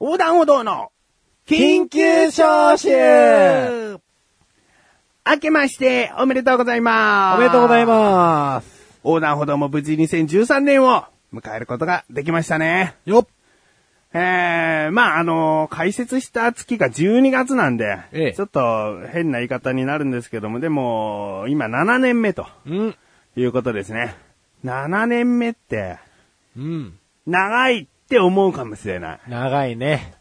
横断歩道の緊急招集明けましておめでとうございます。おめでとうございます。す。横断歩道も無事2013年を迎えることができましたね。よっ。えー、まあ、あのー解説した月が12月なんで、ええちょっと変な言い方になるんですけども、でも、今7年目とうん。いうことですね。7年目って、うん。長いって思うかもしれない。長いね。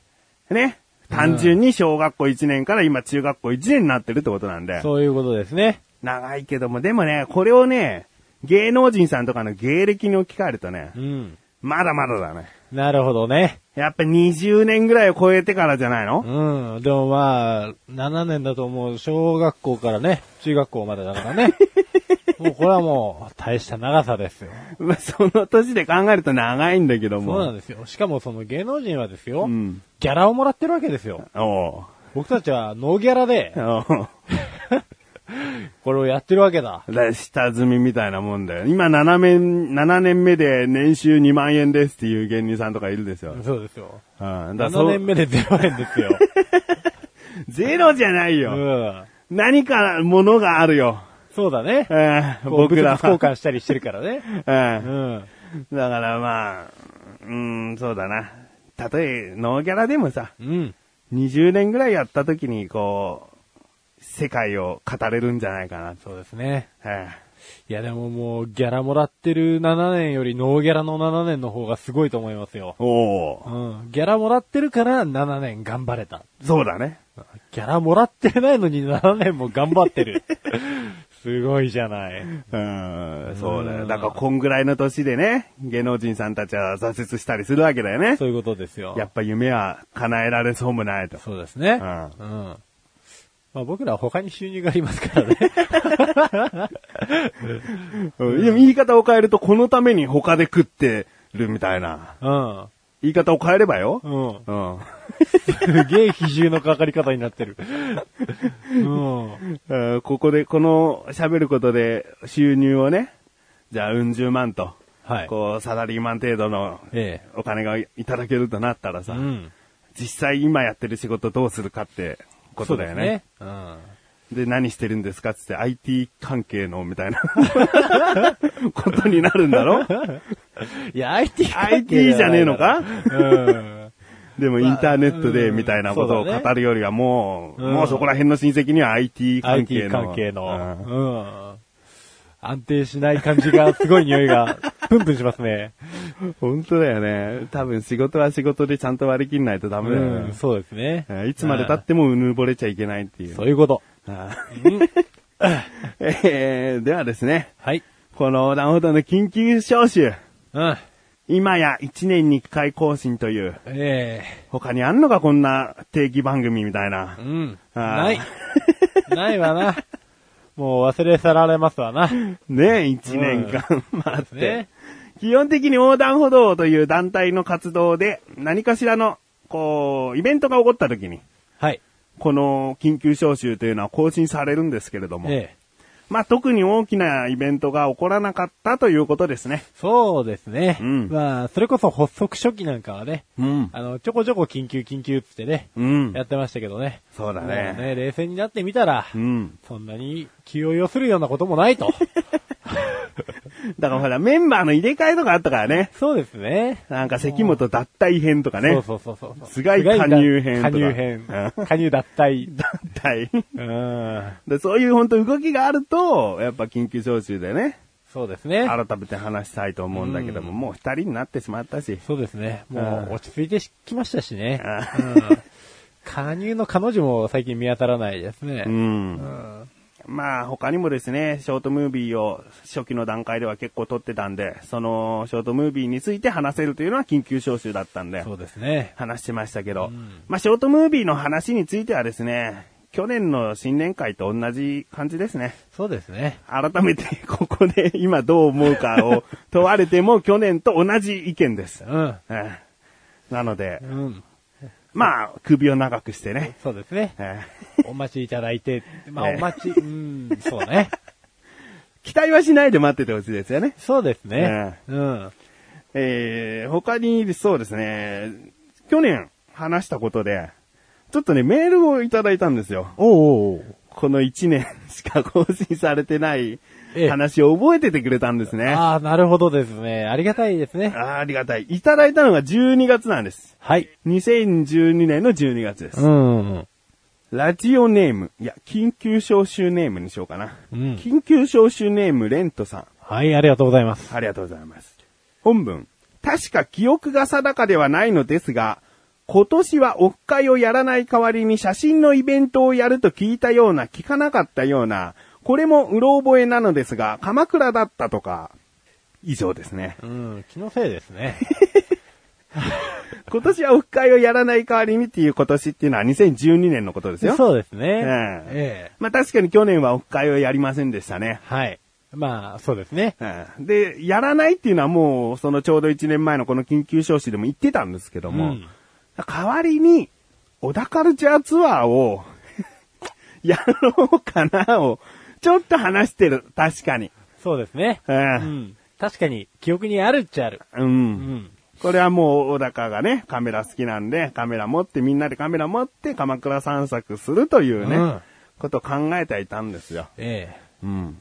ね。単純に小学校1年から今中学校1年になってるってことなんで。そういうことですね。長いけども、でもね、これをね、芸能人さんとかの芸歴に置き換えるとねう、ん。まだまだだね。なるほどね。やっぱ20年ぐらいを超えてからじゃないのうん。でもまあ、7年だともう小学校からね、中学校までだから ね。もうこれはもう大した長さですよ。まあ その年で考えると長いんだけども。そうなんですよ。しかもその芸能人はですよ、うんギャラをもらってるわけですよ。お僕たちはノーギャラでうおこれをやってるわけだ。う。だ下積みみたいなもんだよ。今7年、7年目で年収2万円ですっていう芸人さんとかいるでしょ。うん。そうですよ。だから7そう年目で0円です よ。ゼロじゃないうよ。ん。何かものがあるよ。そうだねえ。ーこう僕ら物々は。交換したりしてるからね。えうーん。だからまあ、うーん、そうだな。たとえ、ノーギャラでもさ、うん。 20年ぐらいやった時に、こう、世界を語れるんじゃないかなと。そうですね。えーいやでももう、ギャラもらってる7年よりノーギャラの7年の方がすごいと思いますよ。おうーん。ギャラもらってるから7年頑張れた。そうだね。ギャラもらってないのに7年も頑張って る。すごいじゃない。うん、そうだうよ。んだから、こんぐらいの年でね、芸能人さんたちは挫折したりするわけだよねそ。ういうことですよ。やっぱ夢は叶えられそうもないと。そうですね。ううんん。まあ僕らは他に収入がありますか らね。うん、でも言い方を変えると、このために他で食ってるみたいな。うん。言い方を変えればよ。うん。うん。すげえ比重のかかり方になって る。うん。えーここで、この喋ることで収入をね、じゃあ、うん十万と、はい。こう、サラリーマン程度のえお金がいただけるとなったらえ。さ、うん。実際今やってる仕事どうするかってことだよね。そうですね。で、何してるんですかっつって IT 関係のみたいな ことになるんだろうん。いや、IT 関係 IT じゃねえのかうん。でもインターネットでみたいなことをそうだね語るよりはもう、うんもうそこら辺の親戚には IT 関係 IT の。関係うんの。うん。安定しない感じが、すごい匂いが、 プンプンしますね。本当だよね。多分仕事は仕事でちゃんと割り切んないとダメだよねうん、。そうですねえ。ーいつまで経ってもうぬぼれちゃいけないっていう。そういうこと。あー えーではですね、はい。この横断歩道の緊急招集、うん。今や1年に1回更新という、え他にあんのかこんな定期番組みたいなえ。うん。あーない。ないわな。もう忘れ去られますわな。ねえ、1年間待って。ね基本的に横断歩道という団体の活動で、何かしらの、こう、イベントが起こった時に、はい。この緊急招集というのは更新されるんですけれども、ええ。まあ特に大きなイベントが起こらなかったということですね。そうですね。うんまあ、それこそ発足初期なんかはね、うん。あの、ちょこちょこ緊急緊急っつってね、うんや。ってましたけどね。そうだもうね。ね、冷静になってみたら、うん。そんなに気を要するようなこともないと。だからほら、メンバーの入れ替えとかあったからね。 そうですね。なんか関本脱退編とかね。そうそうそうそう。菅井加入編とか加入編。加入脱退。 脱退。うん。でそういう本当動きがあると、やっぱ緊急招集でね、そうですね。改めて話したいと思うんだけども、もう二人になってしまったし。そうですね。あもあう落ち着いてきましたしね。あうん加入の彼女も最近見当たらないですね。うん。まあ他にもですね、ショートムービーを初期の段階では結構撮ってたんで、そのショートムービーについて話せるというのは緊急招集だったんで、そうですね。話してましたけど、まあショートムービーの話についてはですね、去年の新年会と同じ感じですね。そうですね。改めて ここで今どう思うかを問われて も去年と同じ意見です。うん。ええなのでう、ん。まあ、首を長くしてね。そうです ね。ええお待ちいただいて、まあええお待ち、うん、そうね。期待はしないで待っててほしいですよね。 そうですね。うん。えー、他に、そうですね、去年、話したことで、ちょっとね、メールをいただいたんですよ。おうおうこの1年しか更新されてないええ話を覚えててくれたんですね。あああ、なるほどですね。ありがたいですね。ーありがたい。いただいたのが12月なんです。はい。 2012年の12月です。うん。ラジオネーム。いや、緊急招集ネームにしようかな。うん緊急招集ネーム、レントさん。はい、ありがとうございます。ありがとうございます。本文。確か記憶が定かではないのですが、今年はオフ会をやらない代わりに写真のイベントをやると聞いたような、聞かなかったような、これもうろ覚えなのですが、鎌倉だったとか、以上です ね。うん、気のせいですね。今年はオフ会をやらない代わりにっていう今年っていうのは2012年のことですよ。 そうですね。えええまあ確かに去年はオフ会をやりませんでしたね。はい。まあ、そうですね。うんで、やらないっていうのはもう、そのちょうど1年前のこの緊急招集でも言ってたんですけども、うん代わりに、小田カルチャーツアーを、 やろうかなを、ちょっと話してる。確かに。そうです ね。う。うんん。確かに、記憶にあるっちゃある。う。うんん。これはもう、小高がね、カメラ好きなんで、カメラ持って、みんなでカメラ持って、鎌倉散策するというね、うんことを考えてはいたんですよ。ええうん。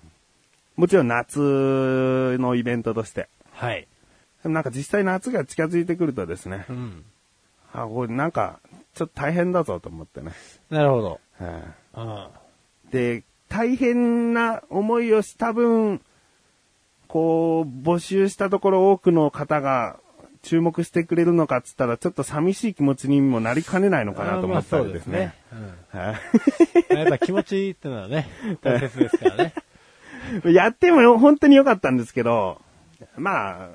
もちろん夏のイベントとして。はい。でもなんか実際夏が近づいてくるとですねう、ん。あ、これなんか、ちょっと大変だぞと思ってね。なるほど。うんうん。で、大変な思いをした分、こう、募集したところ多くの方が注目してくれるのかっつったら、ちょっと寂しい気持ちにもなりかねないのかなと思ったあーまあそりうですね。。うん。やっぱ気持ちってのは ね、大切ですからね。はい やっても本当に良かったんですけど、まあ、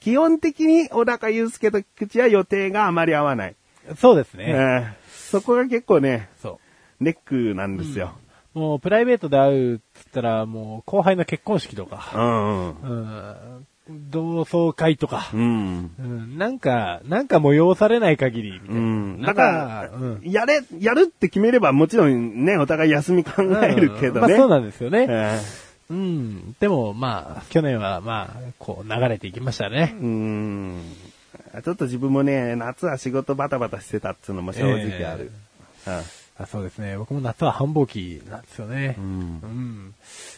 基本的に小高祐介と菊池は予定があまり合わない。そうですえね。えそこが結構ね、そネックなんですよ。う。もう、プライベートで会うっつったら、もう、後輩の結婚式とか、うんうん。うん、同窓会とかう、ん。うん、なんか、なんか催されない限り、みたいな。うん。なだんからか、うんやれ、やるって決めればもちろんね、お互い休み考えるけどまね。あそうなんですよね。えうん。でもまあ、去年はまあ、こう流れていきましたねえ。うん。ちょっと自分もね、夏は仕事バタバタしてたっていうのも正直ある。あそうですね。僕も夏は繁忙期なんですよね。うんうん。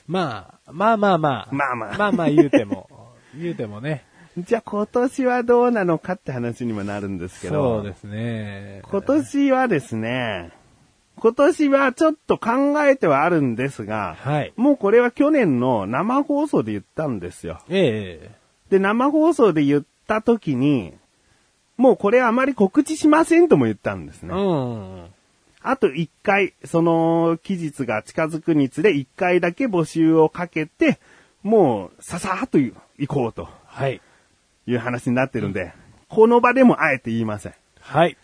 まあ、まあまあまあ。まあまあまあまあ言うても。言うてもね。うんじゃあ今年はどうなのかって話にもなるんですけど。そうですね。今年はですね、今年はちょっと考えてはあるんですが、はいもうこれは去年の生放送で言ったんですよ。ええで、生放送で言った時に、もうこれあまり告知しませんとも言ったんですね。うん。あと1回、その期日が近づくにつれ1回だけ募集をかけて、もうささーっと行こうとはい。いう話になってるんで、この場でもあえて言いません。はい。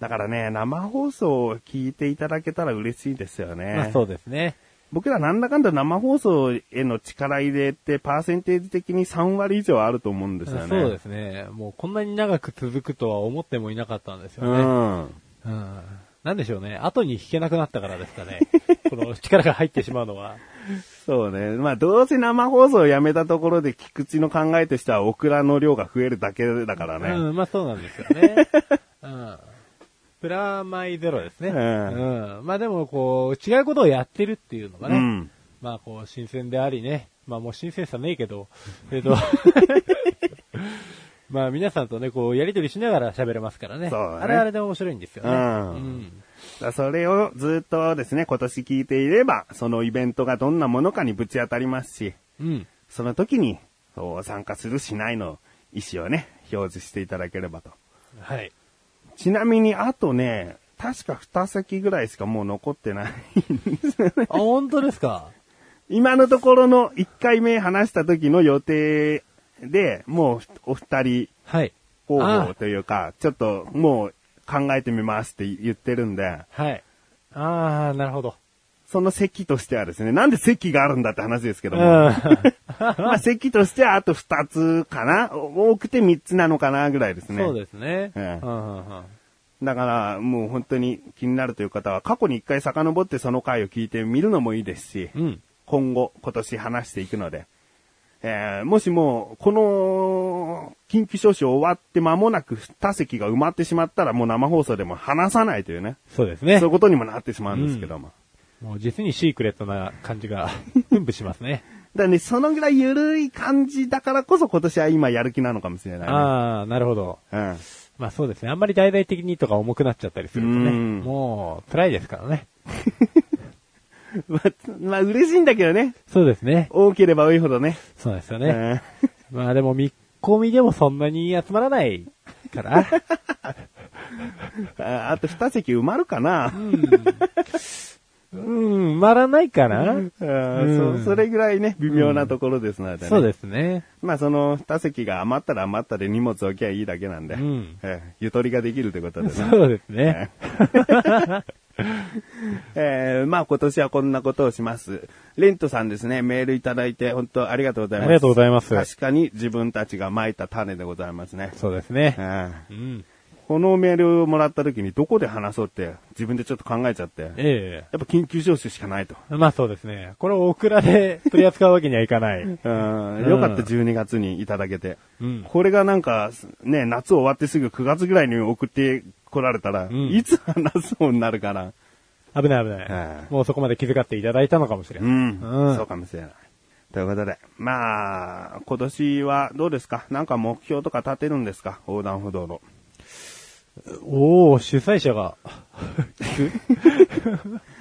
だからね、生放送を聞いていただけたら嬉しいですよね。まあそうですね。僕らなんだかんだ生放送への力入れって、パーセンテージ的に3割以上あると思うんですよね。そうですね。もうこんなに長く続くとは思ってもいなかったんですよね。うん。うんなんでしょうね。後に弾けなくなったからです かね。この力が入ってしまうのは。そうね。まあ、どうせ生放送をやめたところで菊池の考えとしてはオクラの量が増えるだけだからね。うん、まあそうなんですよ ね。うん。プラマイゼロですね。ううんん。まあでもこう、違うことをやってるっていうのがね。うんまあこう、新鮮でありね。まあもう新鮮さねえけど、え っ、と、まあ皆さんとね、こう、やりとりしながら喋れますからね。そうだねあれはあれで面白いんですよね。うんうん。だからそれをずっとですね、今年聞いていれば、そのイベントがどんなものかにぶち当たりますし、うん。その時に、そう参加するしないの意思をね、表示していただければと。はい。ちなみに、あとね、確か2席ぐらいしかもう残ってないんですよねあ、本当ですか今のところの1回目話した時の予定で、もうお二人はい。候あ補というか、ちょっともう考えてみますって言ってるんで、はい。ああ、なるほど。その席としてはですね、なんで席があるんだって話ですけうどん。も、そまあ席としてはあと2つかなお多くて3つなのかなぐらいです ね。うですね。ええうんうんうんだからもう本当に気になるという方は過去に1回遡ってその回を聞いてみるのもいいですし、うん。今後、今年話していくので、えーもしも、この、緊急招集終わって間もなく他席が埋まってしまったらもう生放送でも話さないというね。そうですねそういう。ことにもなってしまうんですけども。もう実にシークレットな感じ が、分布しますね。だからね、そのぐらい緩い感じだからこそ今年は今やる気なのかもしれない、ね。ああ、なるほど。うん。まあそうですね。あんまり大々的にとか重くなっちゃったりするとね。うんもう、辛いですからね。まあ、まあ、嬉しいんだけどね。そうですね。多ければ多いほどね。そうですようね。んまあでも、見込みでもそんなに集まらないから。ああと二席埋まるかな。うん、埋まらないかな、うん、そそれぐらいね、微妙なところですのでね。そうですね。まあその2席が余ったら余ったで荷物置きゃいいだけなんで、うんええゆとりができるということでね。 そうですね。ええまあ今年はこんなことをします。レントさんですね、メールいただいて本当ありがとうございます。ありがとうございます確かに自分たちが蒔いた種でございますね。そうですね。ええうん。このメールをもらった時にどこで話そうって自分でちょっと考えちゃって、やっえぱ緊急招集しかないと。えまあそうですね。これをオクラで取り扱うわけにはいかない。うん、んよかった12月にいただけて。うんこれがなんか、ね、夏終わってすぐ9月ぐらいに送って来られたら、んいつ話そうになるかな。危ない危なえい。もうそこまで気遣っていただいたのかもしれうない。ん、うんそうかもしれない。ということで、まあ、今年はどうですかなんか目標とか立てるんですか横断歩道の。おお主催者が。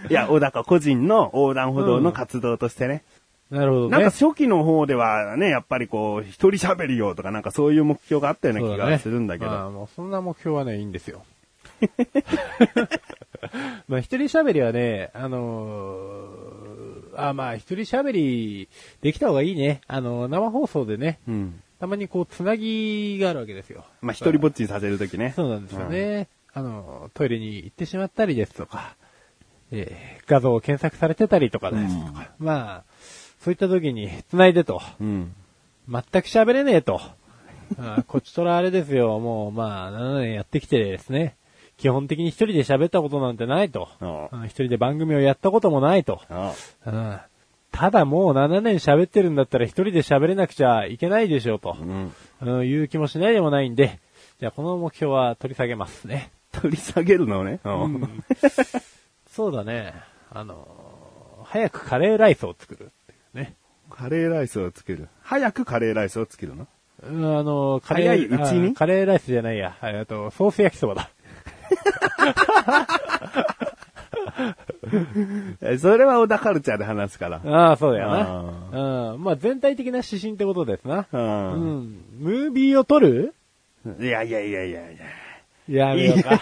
い や、小高個人の横断歩道の活動としてね。なるほどね。なんか初期の方ではね、やっぱりこう、一人喋るよとかなんかそういう目標があったような気がするんだけそうねまど。あもうそんな目標はね、いいんですよ。 まあ、一人喋りはね、あのーあまあ、一人喋りできた方がいいね。あのー生放送でね、うん。たまにこう、つなぎがあるわけですよ。まあ、一人ぼっちにさせるときね。そうなんですよね。あの、トイレに行ってしまったりですとか、えー画像を検索されてたりとかですとか、まあ、そういった時に、繋いでと、うん。全く喋れねえと。あー こっちとらあれですよ、もう、まあ、7年やってきてですね、基本的に一人で喋ったことなんてないと。あああー一人で番組をやったこともないと。ああうんただもう7年喋ってるんだったら一人で喋れなくちゃいけないでしょうと。うん。うん、いう気もしないでもないんで、じゃあこの目標は取り下げますね。取り下げるのね。うん。そうだね。あのー早くカレーライスを作るっていうね。カレーライスを作る。早くカレーライスを作るのうん、あのーカレー、早いうちにあーカレーライスじゃないや。えっと、ソース焼きそばだ。えそれは小田カルチャーで話すから。 ああ、そうだよな。うん、まあ全体的な指針ってことですな。う。うんん、ムービーを撮るいやいやいやいやいや。やめようか。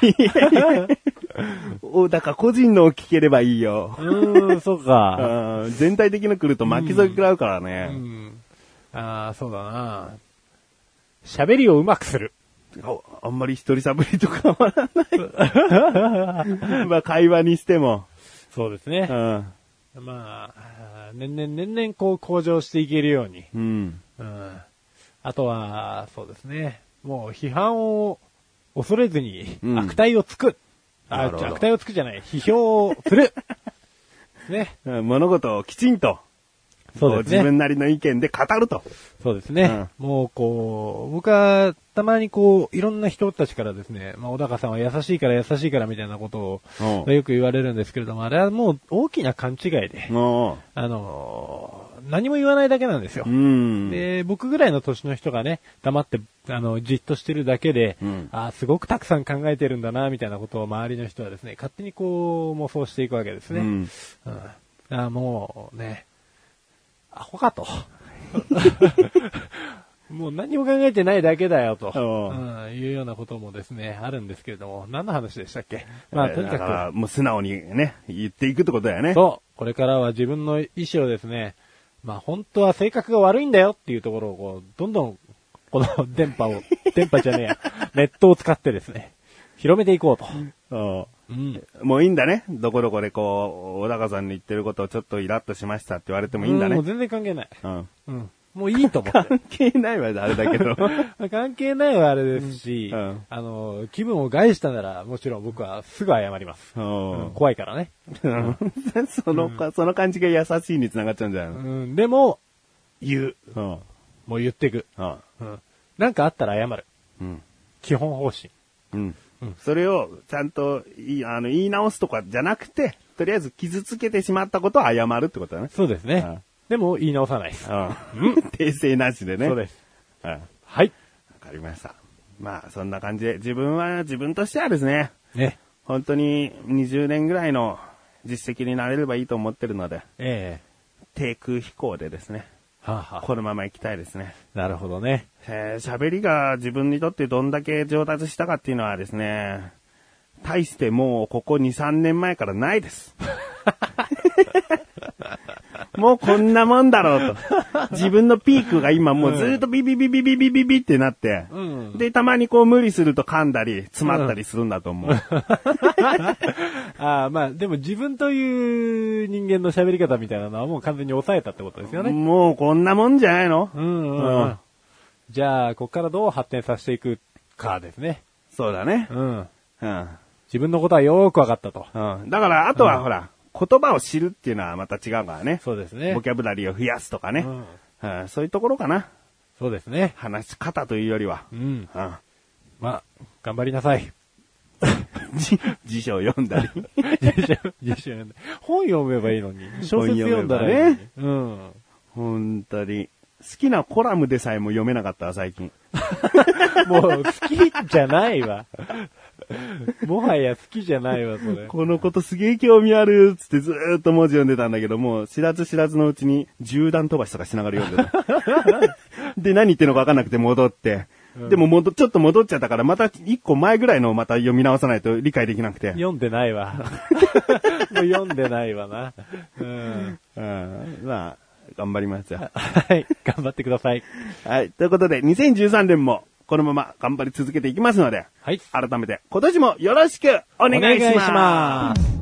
小高個人のを聞ければいいよ。うん、そうか。うん全体的な来ると巻き添え食らうからうね。ん。ああ、そうだな。喋りをうまくする。ああんまり一人喋りとかはない。 まあ会話にしても。そうですねう。ん。まあ、あー年々年々こう向上していけるように。うん。うん。あとは、そうですね。もう批判を恐れずにうん悪態をつく。なあるほど悪態をつくじゃない。批評をする。ね。うん物事をきちんと、こう自分なりの意見で語ると。そうですね。もうこう、僕はたまにこう、いろんな人たちからですね、まあ小高さんは優しいから優しいからみたいなことをうんよく言われるんですけれども、あれはもう大きな勘違いで、おあのー何も言わないだけなんですよう。うん。で、僕ぐらいの年の人がね、黙って、あの、じっとしてるだけで、うんあーすごくたくさん考えてるんだな、みたいなことを周りの人はですね、勝手にこう、妄想していくわけですね。うんうんあーもうね、アホ かと。もう何も考えてないだけだよと、おううん、いうようなこともですね、あるんですけれども、何の話でしたっけまあ、えーとにだからかもう素直にね、言っていくってことだよね。く、 そう、これからは自分の意思をですね、まあ本当は性格が悪いんだよっていうところをこう、どんどん、この電波 を、電波じゃねえや、ネットを使ってですね、広めていこうと。うんうん。もういいんだね。どこどこでこう、小高さんの言ってることをちょっとイラッとしましたって言われてもいいんだうもねう。全然関係ない。うん。うん。もういいと 思って。関係ないわ、あれだけど。まあ関係ないはあれですし、うんうんあの、気分を害したなら、もちろん僕はすぐ謝ります。うん怖いからね。うんその、その感じが優しいにつながっちゃうんじゃないのうん、でも、言う。うん。もう言ってく。うん。うん。なんかあったら謝る。うん。基本方針。うんうん。それを、ちゃんと、いあの、言い直すとかじゃなくて、とりあえず傷つけてしまったことは謝るってことだね。そうですね。ああでも、言い直さないです。うん。訂正なしでね。そうです。うん。わはい。かりました。まあ、そんな感じで、自分は、自分としてはですね、ね。本当に20年ぐらいの実績になれればいいと思ってるので、え低空飛行でですね、えはあ、はあ、このまま行きたいですね。なるほどね。 えー喋りが自分にとってどんだけ上達したかっていうのはですね、大してもうここ2、3年前からないです。 もうこんなもんだろうと。自分のピークが今もうずーっとビビビビビビビビってなって、うんで、たまにこう無理すると噛んだり、詰まったりするんだと思う。ああ、まあ、でも自分という人間の喋り方みたいなのはもう完全に抑えたってことですよね。もうこんなもんじゃないの、うんうんううんん。じゃあ、ここからどう発展させていくかですね。そうだね。うん。うん。自分のことはよーく分かったと。うん。だから、あとはほら、言葉を知るっていうのはまた違うからね。そうですねボ。キャブラリーを増やすとかね。うんうんそういうところかな。そうですね。話し方というよりは。うん。うん。 まあ、頑張りなさ い。じ辞書を読んだり。 辞書読んで本読めばいいのに。小説読んだらいいのに。うん。本当に。好きなコラムでさえも読めなかったわ、最近。 もう好きじゃないわ。もはや好きじゃないわ、それ。このことすげえ興味あるっつってずーっと文字読んでたんだけど、もう知らず知らずのうちに銃弾飛ばしとかしながら読んで た。で、何言ってるのか分かんなくて戻って。でも戻、ちょっと戻っちゃったから、また一個前ぐらいのをまた読み直さないと理解できなくて。読んでな いわ。もう読んでないわな。うん。うん。まあ、頑張りますよ。はい。頑張ってください。はい。ということで、2013年もこのまま頑張り続けていきますので、はい。改めて今年もよろしくお願いします。お願いします。